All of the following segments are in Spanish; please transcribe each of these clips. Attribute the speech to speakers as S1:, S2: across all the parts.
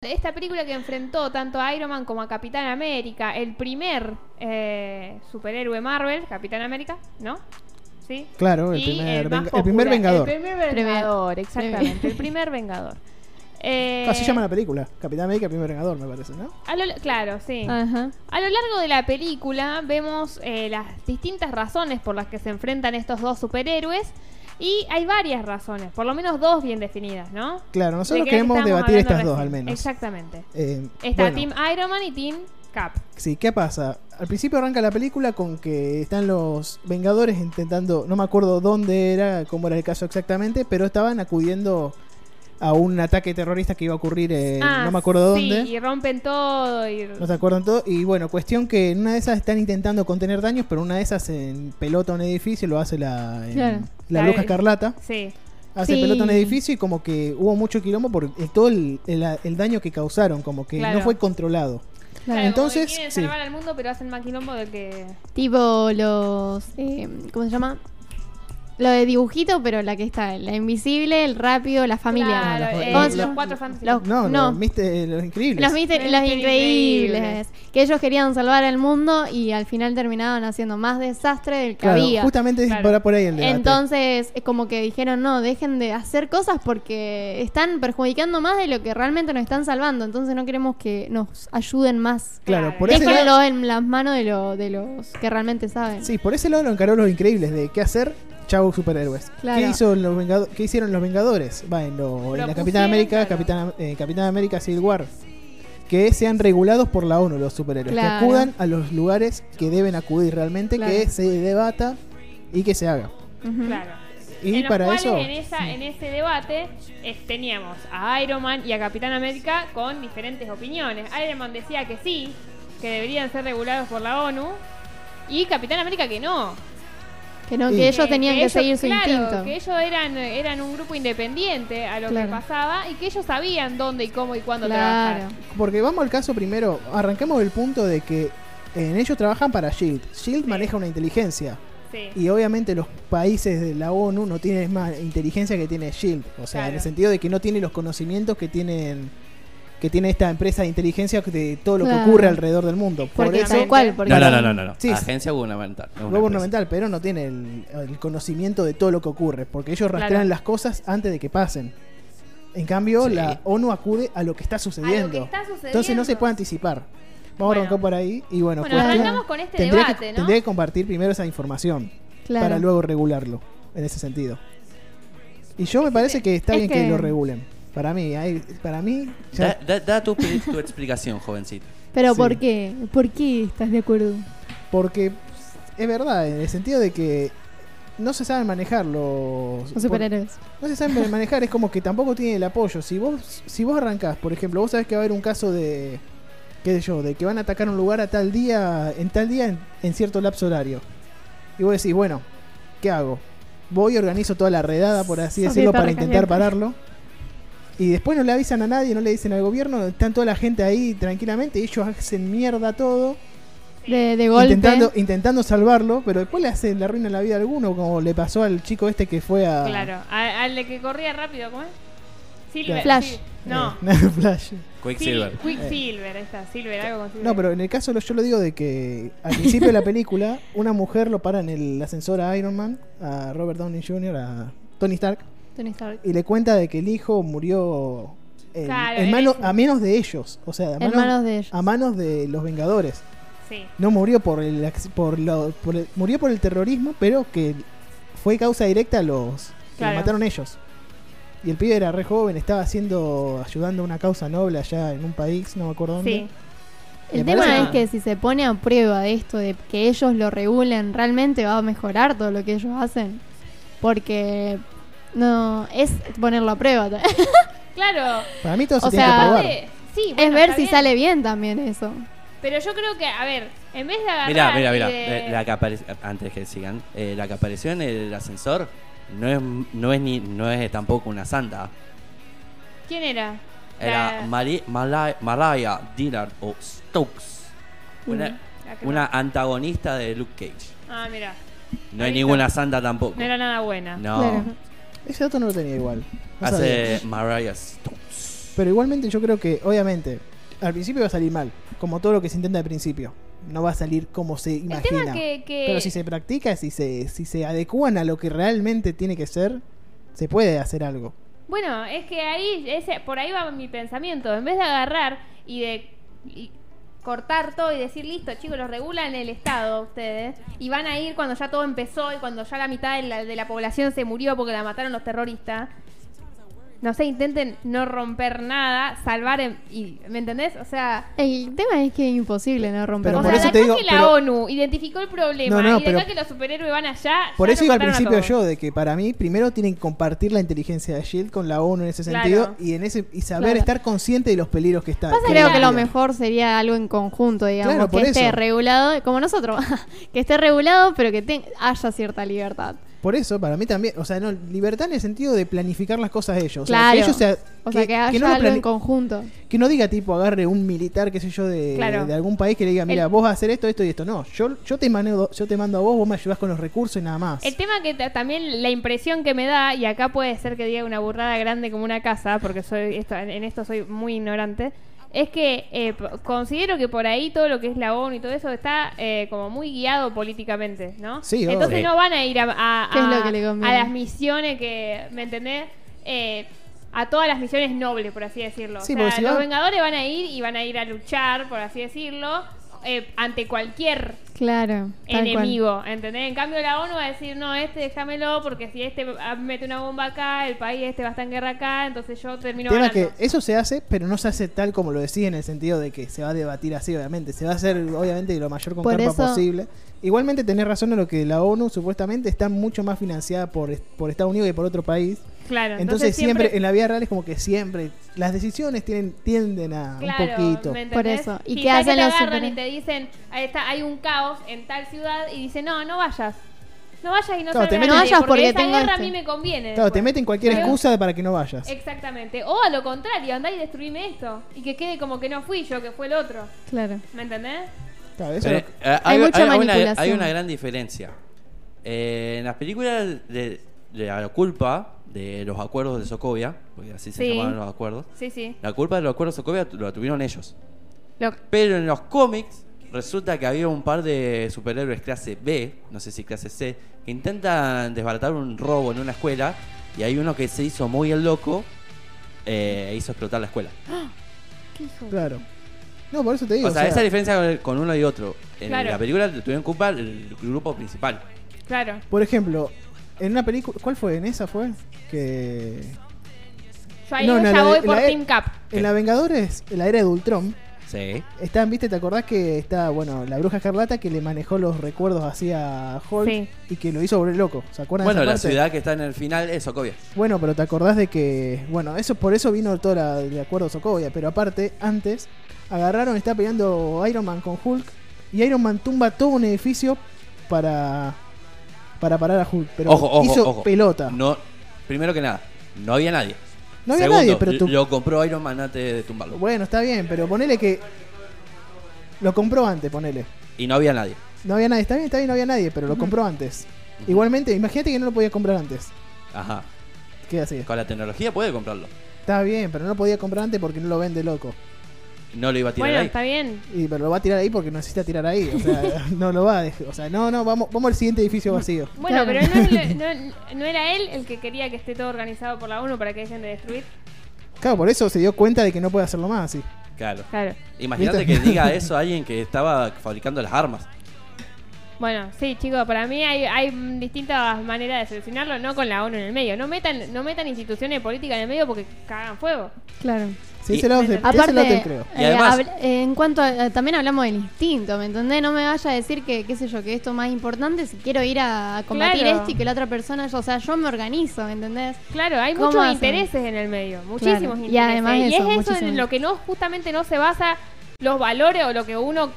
S1: Esta película que enfrentó tanto a Iron Man como a Capitán América, el primer eh, superhéroe Marvel, Capitán América, ¿no? ¿Sí?
S2: Claro, el
S1: Y
S2: primer
S1: más
S2: venga- el
S1: popular,
S2: primer vengador.
S1: El primer vengador, exactamente. El primer vengador. Eh,
S2: Así Ah, llama la película. Capitán América, primer vengador, me parece, ¿no?
S1: a lo- Claro, sí.
S3: Ajá.
S1: A lo largo de la película vemos eh, las distintas razones por las que se enfrentan estos dos superhéroes y hay varias razones, por lo menos dos bien definidas, ¿no?
S2: Claro,
S1: De
S2: nosotros
S1: que
S2: queremos
S1: estábamos
S2: debatir
S1: hablando
S2: estas dos
S1: recién.
S2: al menos.
S1: Exactamente.
S2: Eh,
S1: Está
S2: bueno,
S1: Team Iron Man y Team Cap.
S2: Sí, ¿qué pasa? Al principio arranca la película con que están los Vengadores intentando, no me acuerdo dónde era, cómo era el caso exactamente, pero estaban acudiendo a un ataque terrorista que iba a ocurrir, eh,
S1: Ah,
S2: no me acuerdo
S1: sí,
S2: dónde.
S1: y rompen todo y...
S2: No se acuerdan todo. Y bueno, cuestión que en una de esas están intentando contener daños, pero una de esas en pelota un edificio lo hace la, en-
S3: Claro.
S2: la
S1: La-
S2: bruja escarlata.
S1: Sí.
S2: Hace
S3: Sí.
S2: pelota un edificio y como que hubo mucho quilombo por el- todo el, el- el daño que causaron, como que
S1: Claro.
S2: no fue controlado.
S1: Claro,
S3: Claro.
S1: como que
S2: entonces,
S1: quieren
S2: sí.
S1: salvar al mundo, pero hacen más quilombo del que...
S3: Tipo los. eh, ¿Cómo se llama? Lo de dibujito, pero la que está, la invisible, el rápido, la familia.
S1: Claro,
S2: la-
S1: eh,
S3: ¿Cómo se
S1: los
S3: llama?
S1: cuatro fantásticos.
S3: Los-
S2: No,
S3: no.
S2: los, miste- los increíbles.
S3: Los, mister-
S1: Mister
S3: los
S1: Increíbles.
S3: increíbles. Que ellos querían salvar el mundo y al final terminaban haciendo más desastre del que
S2: Claro,
S3: había.
S2: justamente
S1: Claro.
S2: para por ahí el debate.
S3: Entonces, es como que dijeron, no, dejen de hacer cosas porque están perjudicando más de lo que realmente nos están salvando. Entonces no queremos que nos ayuden más.
S2: claro,
S1: Claro.
S2: por ese lado,
S3: Déjenlo en las manos de, lo- de los que realmente saben.
S2: sí, por ese lado lo encaró los increíbles de qué hacer. Chau, superhéroes.
S3: Claro.
S2: ¿Qué, hizo los Vengado- qué hicieron los Vengadores? Va, en, lo- en
S1: Lo
S2: la Capitán
S1: pusieron,
S2: América,
S1: claro.
S2: Capitán, eh, Capitán América Civil War. Que sean regulados por la ONU los superhéroes. Que
S3: Claro.
S2: acudan a los lugares que deben acudir realmente,
S3: Claro.
S2: que se debata y que se haga.
S3: Ujú.
S1: Claro.
S2: Y
S1: en los
S2: para
S1: cuales
S2: eso.
S1: En, esa, en ese debate es- teníamos a Iron Man y a Capitán América con diferentes opiniones. Iron Man decía que sí, que deberían ser regulados por la ONU, y Capitán América que no.
S3: Que no,
S2: Sí.
S3: que ellos tenían que,
S1: ellos-
S3: seguir su
S1: claro,
S3: instinto.
S1: Que ellos eran, eran un grupo independiente a lo
S3: Claro.
S1: que pasaba y que ellos sabían dónde y cómo y cuándo
S3: Claro.
S1: trabajar.
S2: Porque vamos al caso primero, arrancamos del punto de que eh, en ellos trabajan para Shield. Shield maneja una inteligencia.
S1: Sí.
S2: Y obviamente los países de la ONU no tienen más inteligencia que tiene Shield. O sea, en
S1: Claro.
S2: el sentido de que no tiene los conocimientos que tienen que tiene esta empresa de inteligencia de todo lo que
S3: Claro.
S2: ocurre alrededor del mundo. Por
S3: Porque
S2: eso
S3: tal cual, porque
S4: No, no, no, no, no, no.
S2: Sí, sí.
S4: Agencia gubernamental. no una
S2: es gubernamental, pero no tiene el, el conocimiento de todo lo que ocurre, porque ellos
S1: Claro.
S2: rastrean las cosas antes de que pasen. En cambio,
S4: Sí.
S2: la ONU acude a lo que está
S1: A lo
S2: sucediendo.
S1: que está sucediendo.
S2: Entonces no se puede anticipar. Vamos
S1: Bueno.
S2: a arrancar por ahí y bueno,
S1: Bueno,
S2: cuestión-
S1: arrancamos con este
S2: tendría
S1: debate,
S2: que,
S1: ¿no?
S2: tendría que compartir primero esa información
S3: Claro.
S2: para luego regularlo, en ese sentido. Y yo me parece que está
S3: es
S2: bien que...
S3: que-
S2: lo regulen. Para mí, hay- para mí ya-
S4: Da, da- da tu, pe- tu explicación, jovencito.
S3: Pero
S2: Sí.
S3: ¿por qué? ¿Por qué estás de acuerdo?
S2: porque es verdad, en el sentido de que no se saben manejar los...
S3: Los superhéroes.
S2: No se saben manejar, es como que tampoco tiene el apoyo. Si vos, si vos arrancás, por ejemplo, vos sabés que va a haber un caso de, qué sé yo, de que van a atacar un lugar a tal día, en tal día, en, en cierto lapso horario. Y vos decís, bueno, ¿qué hago? Voy y organizo toda la redada, por así
S3: Soy
S2: decirlo, para
S3: tarra
S2: intentar
S3: caliente.
S2: pararlo. Y después no le avisan a nadie, no le dicen al gobierno, están toda la gente ahí tranquilamente, y ellos hacen mierda todo,
S3: De, de golpe.
S2: intentando, intentando salvarlo, pero después le hacen, le arruinan la vida a alguno, como le pasó al chico este que fue a...
S1: Claro. A- al de que corría rápido, ¿cómo es? Silver.
S3: Flash.
S1: sí. No.
S4: Eh,
S2: Flash.
S4: Quicksilver.
S1: Sil- Quicksilver, ahí está. Silver, algo con Silver.
S2: Eh. No, pero en el caso lo- yo lo digo de que al principio de la película, una mujer lo para en el ascensor a Iron Man, a Robert Downey Jr., a Tony Stark,
S3: Tony Stark.
S2: y le cuenta de que el hijo murió en-
S1: Claro,
S2: en
S1: en
S2: mano-
S1: ese.
S2: a menos de ellos, o sea, a
S3: En
S2: manos,
S3: manos de ellos.
S2: a manos de los Vengadores.
S1: Sí.
S2: No murió por el, acc- por la- por el- murió por el terrorismo, pero que fue causa directa a los que
S1: Claro.
S2: lo mataron ellos. Y el pibe era re joven, estaba haciendo ayudando a una causa noble allá en un país, no me acuerdo dónde.
S1: Sí.
S3: El
S2: Ah, Me
S3: tema
S2: parece
S3: es que si se pone a prueba de esto, de que ellos lo regulen, realmente va a mejorar todo lo que ellos hacen. Porque no es ponerlo a prueba.
S1: Claro.
S2: Para mí todo se
S3: O
S2: tiene que
S3: sea,
S2: probar.
S1: Aparte, sí, bueno,
S3: es ver
S1: está
S3: si
S1: bien,
S3: sale bien también eso.
S1: Pero yo creo que, a ver, en vez de agarrar.
S4: Mirá, mirá, mirá.
S1: y de-
S4: Eh, la que apare- Antes que sigan, eh, la que apareció en el ascensor no es, no es, ni, no es tampoco una santa.
S1: ¿Quién era?
S4: Era
S1: La-
S4: Mari- Malaya, Malaya Dillard o Stokes. Una,
S1: la que-
S4: una antagonista de Luke Cage.
S1: Ah, mira.
S4: No
S1: Ahí está.
S4: hay ninguna santa tampoco.
S1: No era nada buena.
S4: No.
S3: Claro.
S2: Ese dato no lo tenía igual. No sabía.
S4: Hace Mariah Stokes.
S2: Pero igualmente yo creo que, obviamente, al principio va a salir mal, como todo lo que se intenta al principio. No va a salir como se imagina.
S1: El tema es que, que-
S2: Pero si se practica, si se, si se adecúan a lo que realmente tiene que ser, se puede hacer algo.
S1: Bueno, es que ahí, ese, por ahí va mi pensamiento. En vez de agarrar y de y cortar todo y decir, listo, chicos, los regulan el Estado ustedes. Y van a ir cuando ya todo empezó y cuando ya la mitad de la, de la población se murió porque la mataron los terroristas. No sé, intenten no romper nada, salvar. en- y, ¿Me entendés? O sea.
S3: El tema es que es imposible no romper
S2: Pero
S1: o
S2: por
S1: sea, de
S2: eso te
S1: acá
S2: digo,
S1: que la
S2: pero-
S1: ONU identificó el problema
S2: No, no,
S1: y de acá
S2: pero-
S1: que los superhéroes van allá.
S2: Por
S1: ya
S2: eso
S1: nos
S2: iba al
S1: mataron a
S2: principio
S1: todos.
S2: yo, de que para mí primero tienen que compartir la inteligencia de Shield con la ONU en ese sentido
S1: Claro.
S2: y en ese y saber
S3: Claro.
S2: estar consciente de los peligros que están.
S3: Creo que
S1: Claro.
S3: lo mejor sería algo en conjunto, digamos,
S2: Claro,
S3: que
S2: por
S3: esté
S2: eso.
S3: regulado, como nosotros, que esté regulado, pero que te- haya cierta libertad.
S2: Por eso, para mí también, o sea, no, libertad en el sentido de planificar las cosas ellos.
S3: claro.
S2: O sea, que ellos sea-
S3: o sea, que, haya
S2: no lo
S3: algo en
S2: plani-
S3: conjunto.
S2: que no diga tipo agarre un militar, qué sé yo, de,
S1: Claro.
S2: de algún país que le diga, mira,
S1: El-
S2: vos vas a hacer esto, esto y esto. No, yo, yo te mando, yo te mando a vos, vos me ayudás con los recursos y nada más.
S1: El tema que ta- también la impresión que me da, y acá puede ser que diga una burrada grande como una casa, porque soy esto, en en esto soy muy ignorante, es que eh, p- considero que por ahí todo lo que es la ONU y todo eso está eh, como muy guiado políticamente, ¿no?
S2: Sí, obvio.
S1: Entonces
S4: Sí.
S1: no van a ir a, a-
S3: ¿Qué es lo
S1: a-
S3: que le conviene?
S1: a las misiones que, ¿me entendés? Eh, a todas las misiones nobles, por así decirlo.
S2: Sí,
S1: o sea,
S2: porque si
S1: los
S2: va-
S1: Vengadores van a ir y van a ir a luchar, por así decirlo, eh, ante cualquier
S3: Claro. tal cual.
S1: enemigo, ¿entendés? En cambio la ONU va a decir, no, este déjamelo porque si este ah, mete una bomba acá, el país este va a estar en guerra acá, entonces yo termino
S2: tema que eh,
S1: ganando.
S2: eso se hace, pero no se hace tal como lo decís en el sentido de que se va a debatir así, obviamente. Se va a hacer, obviamente, lo mayor con
S3: Por
S2: carpa
S3: eso-
S2: posible. Igualmente tenés razón en lo que la ONU supuestamente está mucho más financiada por, por Estados Unidos que por otro país.
S1: Claro,
S2: Entonces, siempre, en la vida real es como que siempre las decisiones tienen, tienden a
S1: Claro,
S2: un poquito.
S1: ¿me entendés?
S3: Por eso. ¿Y qué
S1: ya que
S3: hacen
S1: te
S3: los
S1: agarran
S3: super-
S1: y te dicen, ahí está, hay un caos en tal ciudad y dicen, no, no vayas. No vayas y no
S2: Claro, te
S1: salgas
S2: meten-
S1: a
S3: No
S1: nadie,
S3: vayas porque
S1: esa
S3: tengo
S1: guerra
S3: este.
S1: a mí me conviene.
S2: Claro, te
S1: después".
S2: meten cualquier
S1: Pero-
S2: excusa para que no vayas.
S1: Exactamente. O a lo contrario, andá y destruime esto. Y que quede como que no fui yo, que fue el otro.
S3: Claro.
S1: ¿Me entendés?
S2: Claro, eso
S4: Pero,
S2: es lo que-
S4: eh,
S3: Hay mucha
S4: una,
S3: manipulación.
S4: hay una gran diferencia. Eh, en las películas de, de la culpa de los acuerdos de Socovia, porque así se
S1: Sí.
S4: llamaban los acuerdos,
S1: Sí, sí.
S4: la culpa de los acuerdos de Socovia tu- la tuvieron ellos.
S1: Lo-
S4: Pero en los cómics resulta que había un par de superhéroes clase B, no sé si clase C, que intentan desbaratar un robo en una escuela y hay uno que se hizo muy el loco eh, e hizo explotar la escuela.
S2: claro. No, por eso te digo.
S4: o sea,
S2: o sea,
S4: esa diferencia con, el- con uno y otro. En
S1: Claro.
S4: la película tuvieron culpa el grupo principal.
S1: Claro.
S2: por ejemplo, en una película. ¿Cuál fue? ¿En esa fue? Que.
S1: Yo ahí
S2: No, no,
S1: ya
S2: la de-
S1: voy
S2: la E
S1: por
S2: de-
S1: Team Cap.
S2: En la Vengadores, en la era de Ultron,
S4: Sí.
S2: están, viste, ¿te acordás que está, bueno, la bruja escarlata que le manejó los recuerdos hacia Hulk
S1: Sí.
S2: y que lo hizo volver loco? ¿Se acuerdan
S4: Bueno,
S2: de esa
S4: la
S2: parte?
S4: ciudad que está en el final es Socovia.
S2: Bueno, pero te acordás de que. Bueno, eso por eso vino todo la- el acuerdo Sokovia. Pero aparte, antes, agarraron, está peleando Iron Man con Hulk. Y Iron Man tumba todo un edificio para. Para parar a Hulk. Pero
S4: ojo, ojo,
S2: hizo
S4: ojo.
S2: pelota.
S4: No, primero que nada, no había nadie.
S2: No había
S4: Segundo,
S2: nadie, pero tú-
S4: Lo compró Iron Man antes de tumbarlo.
S2: Bueno, está bien, pero ponele que. Lo compró antes, ponele.
S4: Y no había nadie.
S2: No había nadie. Está bien, está bien, no había nadie, pero lo compró antes.
S4: Ujú.
S2: Igualmente, imagínate que no lo podía comprar antes.
S4: Ajá.
S2: Queda así.
S4: Con la tecnología puede comprarlo.
S2: Está bien, pero no lo podía comprar antes porque no lo vende loco.
S4: No lo iba a tirar
S1: Bueno,
S4: ahí.
S1: está bien.
S2: Y pero lo va a tirar ahí porque no necesita tirar ahí. O sea, no lo va a dejar. O sea, no, no, vamos, vamos al siguiente edificio vacío.
S1: Bueno,
S3: Claro.
S1: pero no, es- no- no era él el que quería que esté todo organizado por la ONU para que dejen de destruir.
S2: Claro, por eso se dio cuenta de que no puede hacerlo más así.
S4: Claro.
S1: Claro.
S4: Imagínate que
S2: ¿Viste?
S4: diga eso a alguien que estaba fabricando las armas.
S1: Bueno, sí, chicos, para mí hay, hay mm, distintas maneras de solucionarlo, no con la ONU en el medio. No metan, no metan instituciones políticas en el medio porque cagan fuego.
S3: Claro.
S2: Sí,
S4: Y-
S2: ese lado, te- ese
S3: Aparte,
S2: lado te creo.
S4: Y
S3: eh,
S4: además-
S3: habl- eh, en cuanto a- también hablamos del instinto, ¿me entendés? No me vaya a decir que, qué sé yo, que esto es más importante si quiero ir a combatir
S1: Claro.
S3: esto y que la otra persona, o sea, yo me organizo, ¿me entendés?
S1: Claro, hay
S3: ¿Cómo
S1: muchos
S3: hacen?
S1: intereses en el medio, muchísimos
S3: Claro, y
S1: intereses.
S3: además
S1: y
S3: eso,
S1: es eso en
S3: muchísimos.
S1: lo que no justamente no se basa los valores o lo que uno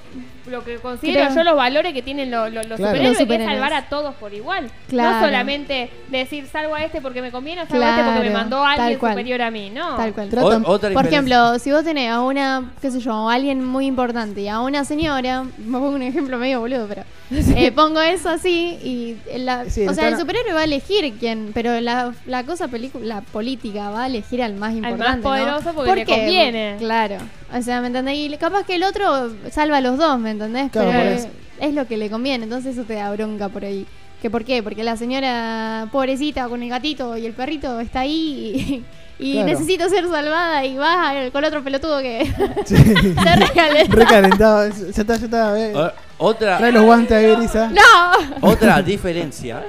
S1: lo que considero
S3: Creo.
S1: yo los valores que tienen lo- lo- los
S2: Claro.
S1: superhéroes,
S3: Los
S1: que es
S3: superhéroes.
S1: salvar a todos por igual. No
S3: Claro.
S1: solamente decir salvo a este porque me conviene o salvo a este porque me
S3: Claro,
S1: mandó alguien
S3: tal cual.
S1: superior a mí. No.
S3: Tal cual.
S2: Tratan-
S4: O- otra
S3: Por
S4: diferencia.
S3: ejemplo, si vos tenés a una, qué sé yo, a alguien muy importante y a una señora, me pongo un ejemplo medio boludo, pero eh, pongo eso así y la,
S2: Sí,
S3: o sea, el
S2: están-
S3: superhéroe va a elegir quién, pero la, la cosa pelicu- la política va a elegir al más
S1: más
S3: importante, ¿no?
S1: poderoso porque le conviene.
S3: Claro. O sea, ¿me entendés? Y capaz que el otro salva a los dos, ¿me entendés?
S2: Claro,
S3: pero
S2: por
S3: eh,
S2: eso.
S3: es lo que le conviene, entonces eso te da bronca por ahí. ¿Que ¿Por qué? Porque la señora pobrecita con el gatito y el perrito está ahí y, y
S2: Claro.
S3: necesita ser salvada y vas al- con otro pelotudo que
S2: Sí.
S3: se recalenta.
S2: Recalentado. Ya está, ya está. eh.
S4: O- Otra,
S2: Trae los guantes ahí, Elisa.
S3: ¡No!
S4: Otra diferencia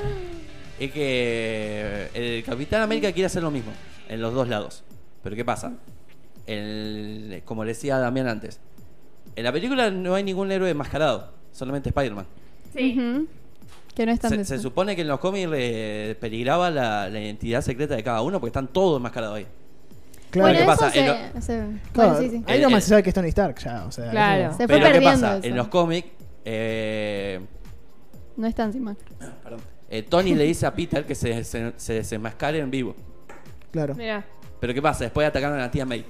S4: es que el Capitán América quiere hacer lo mismo en los dos lados. Pero ¿qué pasa? El- como le decía Damián antes, en la película no hay ningún héroe enmascarado, solamente Spider-Man.
S1: Sí.
S3: Ujú. Que no es tan
S4: Se,
S3: de-
S4: se supone que en los cómics eh, peligraba la, la identidad secreta de cada uno porque están todos enmascarados ahí.
S2: Claro.
S3: Bueno,
S4: ¿qué
S3: eso
S4: pasa?
S3: se,
S4: En
S3: se-
S2: Claro,
S3: bueno, sí, sí.
S2: Ahí
S4: Eh,
S2: nomás
S4: eh.
S2: se sabe que es Tony Stark ya, o sea.
S1: Claro.
S2: eso-
S3: Se fue
S4: Pero ¿qué
S3: perdiendo
S4: pasa?
S3: eso.
S4: En los cómics, eh,
S3: No es tan sin más.
S4: eh, Tony le dice a Peter que se, se, se desenmascare en vivo.
S2: Claro.
S1: Mira.
S4: Pero ¿qué pasa? Después atacaron a la tía May.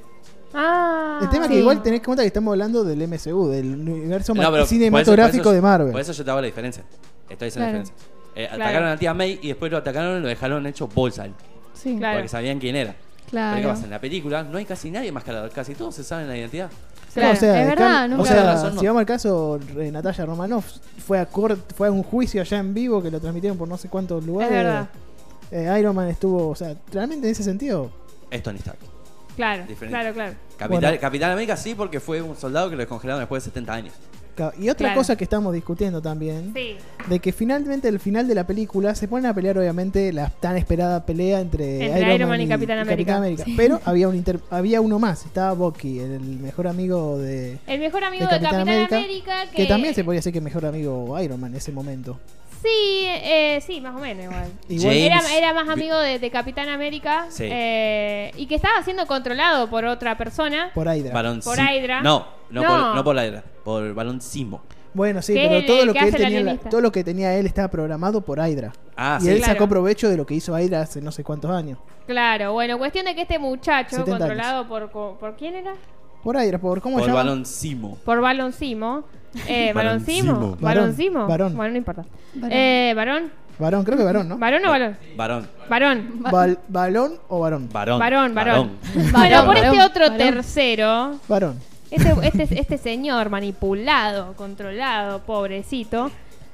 S1: Ah.
S2: El tema es que
S3: Sí.
S2: igual tenés en cuenta que estamos hablando del MCU, del universo
S4: No, pero por eso-
S2: cinematográfico
S4: por eso-
S2: de Marvel.
S4: Por eso yo te hago la diferencia. Estoy diciendo la
S3: Claro.
S4: diferencia. Eh, Atacaron a la tía May y después lo atacaron y lo dejaron hecho bolsa.
S3: Sí,
S1: Claro.
S4: Porque sabían quién era. Pero ¿qué
S3: claro.
S4: pasa? En la película no hay casi nadie mascarado. Casi todos se saben la identidad.
S3: Claro,
S2: No, o sea,
S3: es
S2: el
S3: verdad,
S2: cal-
S3: nunca.
S2: o sea,
S4: Razón, no.
S2: si vamos al caso, eh, Natalia Romanoff fue a cort- fue a un juicio allá en vivo que lo transmitieron por no sé cuántos lugares.
S1: verdad.
S2: Eh, Iron Man estuvo, o sea, realmente en ese sentido.
S4: Es Tony Stark.
S1: Claro,
S4: Diferente.
S1: claro, claro.
S4: Capital,
S2: Bueno.
S4: Capitán América sí, porque fue un soldado que lo descongelaron después de 70 años.
S2: Claro, Y otra
S1: Claro.
S2: cosa que estamos discutiendo también,
S1: Sí.
S2: de que finalmente al final de la película se ponen a pelear obviamente la tan esperada pelea entre,
S1: Entre Iron Man y Capitán América.
S2: Pero había un inter- había uno más, estaba Bucky, el mejor amigo de,
S1: El mejor amigo
S2: De
S1: de
S2: Capitán
S1: Capitán,
S2: América,
S1: América,
S2: Que también se podría decir que es mejor amigo Iron Man en ese momento.
S1: Sí, eh, sí, más o menos igual.
S2: Igual-
S4: James-
S1: Era, era más amigo de, de Capitán América
S4: Sí.
S1: eh, y que estaba siendo controlado por otra persona.
S2: Por Hydra.
S4: Barón
S1: Por
S4: Sim-
S1: Hydra.
S4: No, no,
S1: No.
S4: Por, no por Hydra. Por Barón Simo.
S2: Bueno, sí,
S1: Que es
S2: pero
S1: el-
S2: todo
S1: el
S2: lo
S1: que
S2: que, él
S1: hace el
S2: tenía, la-
S1: alienista.
S2: todo lo que tenía él estaba programado por Hydra.
S4: Ah,
S2: y
S4: sí.
S2: él
S1: Claro.
S2: sacó provecho de lo que hizo Hydra hace no sé cuántos años.
S1: Claro, bueno, cuestión de que este muchacho
S2: 70
S1: controlado por, co- por quién era?
S2: Por Hydra, por cómo
S4: Por
S2: se llama.
S4: Barón Simo.
S1: Por Baloncimo. Eh,
S4: Baloncimo.
S1: Baloncimo.
S2: Varón,
S1: Baloncimo.
S2: varón.
S1: Bueno, no importa.
S3: Varón.
S1: Eh, varón.
S2: Varón, creo que varón, ¿no?
S1: ¿Varón o balón?
S4: Barón.
S1: Varón.
S2: Val- ¿Balón o varón?
S4: Barón.
S1: Varón, varón.
S3: Varón,
S1: Bueno, por
S3: varón,
S1: este otro
S3: varón.
S1: tercero,
S2: Varón.
S1: este, este, este señor manipulado, controlado, pobrecito,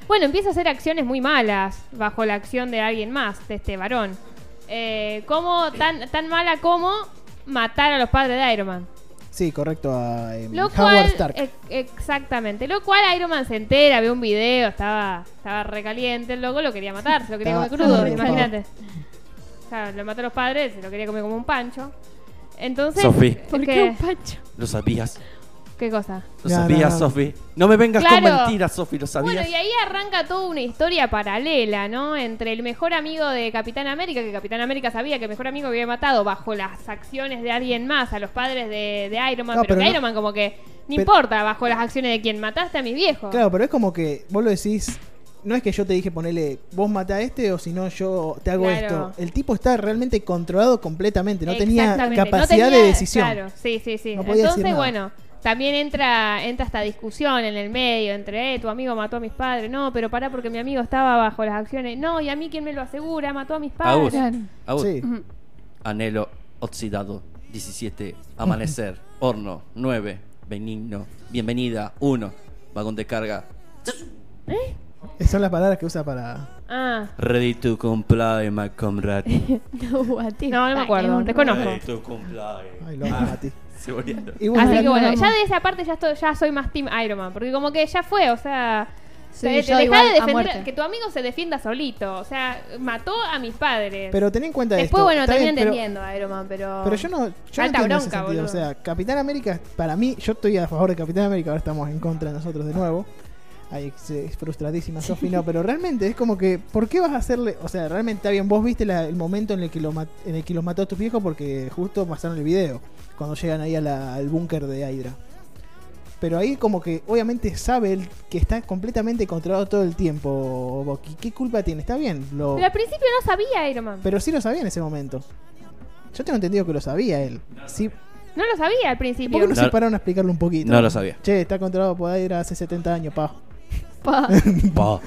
S1: bueno, empieza a hacer acciones muy malas bajo la acción de alguien más, de este varón. Eh, como tan, tan mala como matar a los padres de Iron Man.
S2: Sí, correcto, a em,
S1: Lo
S2: Howard
S1: cual,
S2: Stark.
S1: ex- exactamente. Lo cual Iron Man se entera, ve un video, estaba, estaba recaliente, el loco lo quería matar, se lo quería
S2: Estaba
S1: comer crudo,
S2: horrible.
S1: imagínate. Claro, lo mató a los padres, se lo quería comer como un pancho. Entonces,
S4: Sofi.
S1: ¿qué-
S3: ¿Por qué un pacho?
S4: Lo sabías.
S1: ¿Qué cosa?
S4: Lo
S2: No, no,
S4: sabías,
S2: no.
S4: Sofi. No me vengas con
S1: Claro.
S4: mentiras, Sofi. Lo sabías.
S1: Bueno, y ahí arranca toda una historia paralela, ¿no? Entre el mejor amigo de Capitán América, que Capitán América sabía que el mejor amigo había matado bajo las acciones de alguien más, a los padres de, de Iron Man,
S2: No,
S1: pero,
S2: pero
S1: que
S2: no-
S1: Iron Man como que no
S2: pero-
S1: importa bajo las acciones de quien mataste a mis viejos.
S2: Claro, pero es como que vos lo decís. No es que yo te dije ponele, vos mata a este o si no yo te hago
S1: Claro.
S2: esto. El tipo está realmente controlado completamente, no tenía
S1: Exactamente, no
S2: capacidad
S1: tenía-
S2: de decisión.
S1: Claro, sí, sí, sí.
S2: No podía decir
S1: Entonces,
S2: nada.
S1: bueno, también entra entra esta discusión en el medio entre, eh, tu amigo mató a mis padres, no, pero pará porque mi amigo estaba bajo las acciones, no, y a mí quién me lo asegura, mató a mis padres.
S4: Agus,
S3: Claro.
S4: Agus,
S2: Sí.
S4: Anhelo oxidado 17. Amanecer. Horno 9. Benigno. Bienvenida 1. Vagón de carga.
S2: Esas son las palabras que usa para.
S1: Ah,
S4: Ready to comply, my comrade.
S3: No, what the
S1: No, no me
S3: fuck,
S1: acuerdo,
S3: es un
S1: desconozco.
S4: Ready to comply.
S2: Ay, lo
S4: Ah.
S2: amo a ti.
S4: Se volviendo.
S2: Y bueno,
S1: Así que
S3: lo
S1: bueno,
S3: amo.
S1: ya de esa parte ya, estoy, ya soy más Team Iron Man, porque como que ya fue, o sea,
S3: Sí,
S1: te- te
S3: yo
S1: dejá
S3: igual,
S1: de
S3: a
S1: defender,
S3: muerte.
S1: que tu amigo se defienda solito, o sea, mató a mis padres.
S2: pero ten en cuenta
S1: Después,
S2: esto.
S1: bueno,
S2: está
S1: también
S2: bien, pero-
S1: entendiendo a Iron Man, pero...
S2: Pero yo no, yo no
S1: Alta
S2: entiendo ese
S1: bronca,
S2: sentido. O
S1: boludo.
S2: sea, Capitán América, para mí, yo estoy a favor de Capitán América, ahora estamos en contra nosotros de nuevo. Ahí se- es frustradísima Sofi, no, pero realmente es como que, ¿por qué vas a hacerle? O sea, realmente está bien, vos viste la- el momento en el que lo mat- en el que los mató a tus viejos porque justo pasaron el video, cuando llegan ahí a la- al búnker de Hydra. Pero ahí como que obviamente sabe él que está completamente controlado todo el tiempo. Bucky. ¿Qué culpa tiene? Está bien. Lo...
S1: Pero al principio no sabía Iron Man.
S2: Pero sí lo sabía en ese momento. Yo tengo entendido que lo sabía él. Sí.
S1: No lo sabía al
S2: ¿Por qué
S1: principio.
S2: no,
S5: No-
S2: se pararon a explicarlo un poquito?
S5: No lo sabía.
S2: Che, está controlado por ir hace 70 años, pa.
S3: Pa.
S5: Pa.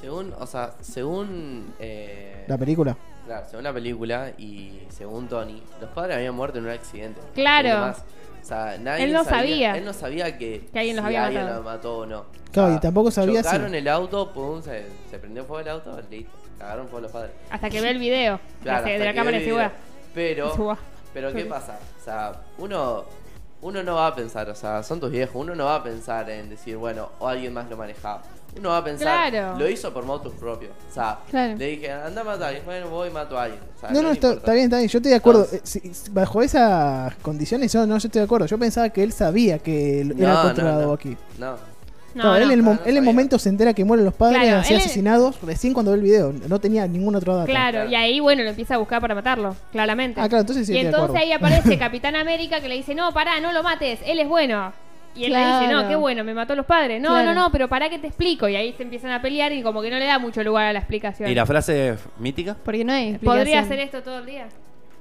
S4: Según, o sea, según. eh,
S2: La película.
S4: Claro, según la película y según Tony, los padres habían muerto en un accidente.
S1: Claro.
S4: Es lo más. O sea, nadie
S1: Él no sabía.
S4: Él no sabía que,
S1: Que alguien los
S4: si
S1: había
S4: alguien
S1: matado.
S4: los mató o no.
S2: Claro, y tampoco sabía si-
S4: Chocaron el auto, pum, se, se prendió fuego el auto, listo. Cagaron fuego los padres.
S1: Hasta que ve el video
S4: Claro,
S1: de
S4: hasta
S1: la
S4: que
S1: cámara de
S4: vi el
S1: seguridad.
S4: video. Pero,
S1: Seguridad.
S4: pero ¿qué
S1: Seguridad.
S4: pasa? O sea, uno, uno no va a pensar, o sea, son tus viejos, uno no va a pensar en decir, bueno, o alguien más lo manejaba. Uno va a pensar,
S1: Claro.
S4: lo hizo por motus propio. O sea,
S3: Claro.
S4: le dije, anda a matar, y bueno, voy y mato a alguien. O sea,
S2: No, no,
S4: le
S2: está,
S4: importa.
S2: está bien, está bien. Yo estoy de acuerdo.
S4: Entonces-
S2: Eh, si- si- bajo esas condiciones, yo no, yo estoy de acuerdo. Yo pensaba que él sabía que él
S4: No,
S2: era
S4: no,
S2: controlado
S4: no.
S2: aquí.
S4: No.
S1: No,
S2: Claro, él,
S1: no.
S2: en el,
S4: no,
S2: mom-
S4: no
S2: él en
S4: sabía.
S2: momento se entera que mueren los padres
S1: Claro,
S2: así
S1: él-
S2: asesinados recién cuando ve el video. No tenía ningún otro dato.
S1: Claro,
S4: Claro.
S1: y ahí, bueno, lo empieza a buscar para matarlo, claramente.
S2: Ah, claro, entonces sí
S1: Y
S2: estoy de
S1: entonces
S2: acuerdo.
S1: ahí aparece Capitán América que le dice, no, pará, no lo mates, él es bueno. Y él le dice,
S3: Claro.
S1: no, qué bueno, me mató los padres. No,
S3: Claro.
S1: no, no, pero pará que te explico. Y ahí se empiezan a pelear y como que no le da mucho lugar a la explicación.
S5: ¿Y la frase mítica?
S3: Porque no hay explicación.
S1: ¿Podría hacer esto todo el día?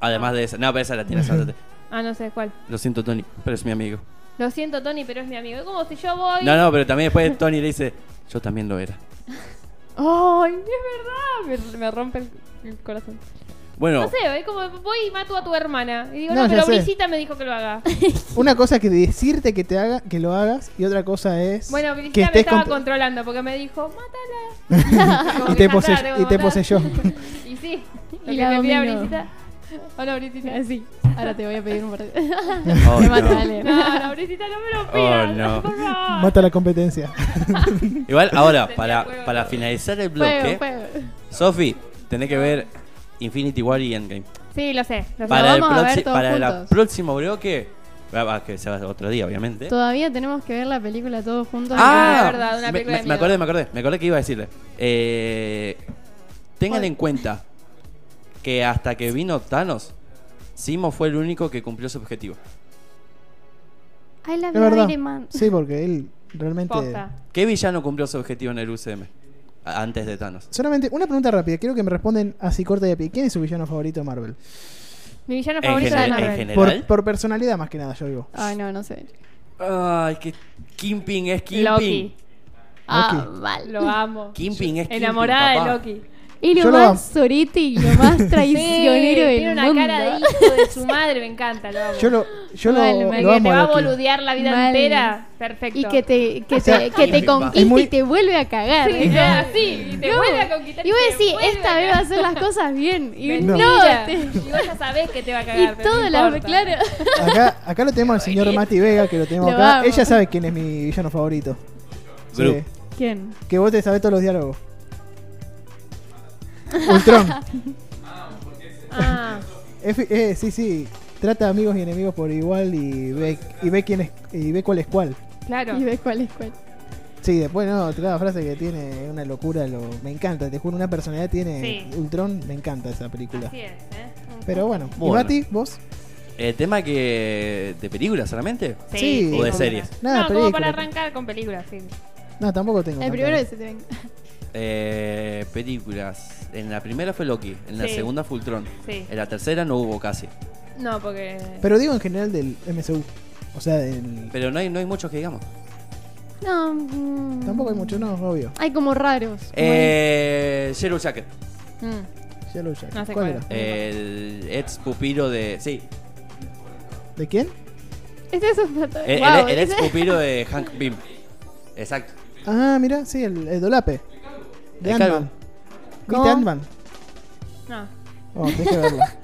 S5: Además de esa. No, pero esa la tienes antes.
S1: Ah, no sé cuál.
S5: Lo siento, Tony, pero es mi amigo.
S1: Lo siento, Tony, pero es mi amigo. Es como si yo voy...
S5: No, no, pero también después Tony le dice, yo también lo era.
S1: Ay, es verdad, me, me rompe el, el corazón.
S5: Bueno,
S1: No sé, es como voy y mato a tu hermana. Y digo,
S2: No,
S1: no,
S2: ya
S1: pero
S2: sé.
S1: Brisita me dijo que lo haga.
S2: Una cosa es que decirte que te haga, que lo hagas, y otra cosa es
S1: Bueno,
S2: que
S1: Cristina me estaba
S2: contro-
S1: controlando porque me dijo, mátala. Como
S2: y
S1: que
S2: te,
S1: ya
S2: pose-
S1: está, tengo que
S2: y te
S1: matar.
S2: poseyó.
S1: Y sí.
S3: Y
S1: Y
S3: la
S1: la me pide a
S3: dominó. Ah,
S1: Brisita. Hola, Brisita.
S3: Así. Ahora te voy a pedir un partido.
S5: oh,
S3: Te
S5: no.
S3: mato, dale.
S1: No, no, Brisita, no me lo pidas.
S5: Oh, no.
S1: Por favor.
S2: Mata la competencia.
S5: igual ahora,
S1: Tenía
S5: para,
S1: huevo.
S5: para finalizar el
S3: Fuego,
S5: bloque,
S3: fuego.
S5: Sofi, tenés que ver Infinity War y Endgame.
S1: Sí, lo sé. Lo sé.
S5: Para, el,
S3: vamos a ver
S5: proxi-
S3: todos
S5: para el
S3: juntos.
S5: próximo bloque, ah, va, que se va otro día, obviamente.
S3: Todavía tenemos que ver la película todos juntos.
S1: Ah, es verdad, una
S5: me,
S1: película
S5: me-
S1: de
S5: me
S1: miedo.
S5: acordé, me acordé, me acordé que iba a decirle. Eh, tengan
S3: Joder.
S5: en cuenta que hasta que vino Thanos, Simo fue el único que cumplió su objetivo.
S3: I love
S2: Es
S3: you,
S2: verdad.
S3: Iron Man.
S2: Sí, porque él realmente.
S1: Posta.
S5: ¿Qué villano cumplió su objetivo en el UCM? A- Antes de Thanos.
S2: Solamente una pregunta rápida. Quiero que me responden así corta y a pie. ¿Quién es su villano favorito de Marvel?
S1: Mi villano
S5: En
S1: favorito
S5: general-
S1: de
S5: en
S1: Marvel.
S5: general.
S2: Por, por personalidad más que nada, yo digo.
S3: Ay, no, no sé.
S5: Ay, que Kimping es Kimping.
S1: Loki.
S3: Ah,
S2: Loki.
S3: vale.
S1: Lo amo.
S5: Kimping es Kimping,
S1: Enamorada de
S5: papá.
S1: Loki.
S3: Y
S2: Yo
S3: lo
S2: lo amo.
S3: más sorete y lo más traicionero del
S1: tiene una
S3: mundo.
S1: cara de hijo de su madre, me encanta, lo amo.
S2: Yo lo, yo lo,
S3: Mal,
S1: El
S2: lo
S3: mal,
S1: que
S2: amo
S1: te
S2: a
S1: va a
S2: Loki.
S1: boludear la vida
S3: Mal.
S1: entera. Perfecto.
S3: Y que te, que
S2: O sea,
S3: te, que te
S5: es
S3: conquista
S2: muy-
S3: y te vuelve a cagar.
S1: Sí,
S3: ¿no?
S1: queda así. Y te
S3: No.
S1: vuelve a conquistar.
S3: Y vos
S1: te
S3: decís,
S1: vuelve
S3: esta
S1: a
S3: vez va a
S1: cagar.
S3: hacer las cosas bien. Y
S1: Mentira.
S3: no, te-
S1: Y vos ya sabés que te va a cagar.
S3: y
S1: pero no
S3: todo la...
S1: importa.
S3: Claro.
S2: Acá, acá lo tenemos al señor Mati Vega, que lo tenemos
S3: Lo
S2: acá.
S3: amo.
S2: Ella sabe quién es mi villano favorito. Sí.
S5: Gru.
S3: ¿Quién?
S2: Que vos te sabés todos los diálogos. Ultron.
S1: Ah,
S2: Es fi- eh, sí, sí. Trata a amigos y enemigos por igual y ve, y ve quién es y ve cuál es cuál.
S1: claro.
S3: Y ves cuál es cuál.
S2: Sí, después no, cada frase que tiene es una locura, lo, me encanta, te juro, una personalidad tiene
S1: Sí.
S2: Ultron, me encanta esa película.
S1: Así es, ¿eh?
S2: Pero bueno,
S5: Bueno.
S2: ¿y Mati, vos?
S5: Eh, tema que. de películas solamente.
S2: Sí. O de
S1: como
S5: series.
S1: para-
S2: Nada,
S1: no, como para
S2: película.
S1: arrancar con películas, sí.
S2: No, tampoco tengo.
S3: El
S2: tanta-
S3: primero que se te venga.
S5: Eh, películas. En la primera fue Loki, en la
S1: Sí.
S5: segunda fue Ultron.
S1: Sí.
S2: Eh.
S5: En la tercera no hubo casi.
S1: No, porque.
S2: Pero digo en general del MCU, o sea, del...
S5: Pero no hay, no hay muchos que digamos.
S3: No. mm,
S2: Tampoco hay mucho, no, obvio.
S3: Hay como raros. como
S5: Eh, Yellow Jacket.
S1: Mm,
S2: Yellow Jacket.
S1: No sé
S2: ¿Cuál
S1: cuál.
S2: era?
S5: El ex pupilo de. Sí,
S2: ¿De quién?
S3: el- Este es un dato.
S5: el,
S3: Guau,
S5: el ex
S3: ese-
S5: pupilo de Hank Pym. Exacto.
S2: Ah, mira, sí, el, el Dolape. De
S5: El calvo.
S2: Ant-Man.
S3: ¿Cómo?
S2: ¿Viste Ant-Man?
S1: no.
S2: Oh, tenés que verla.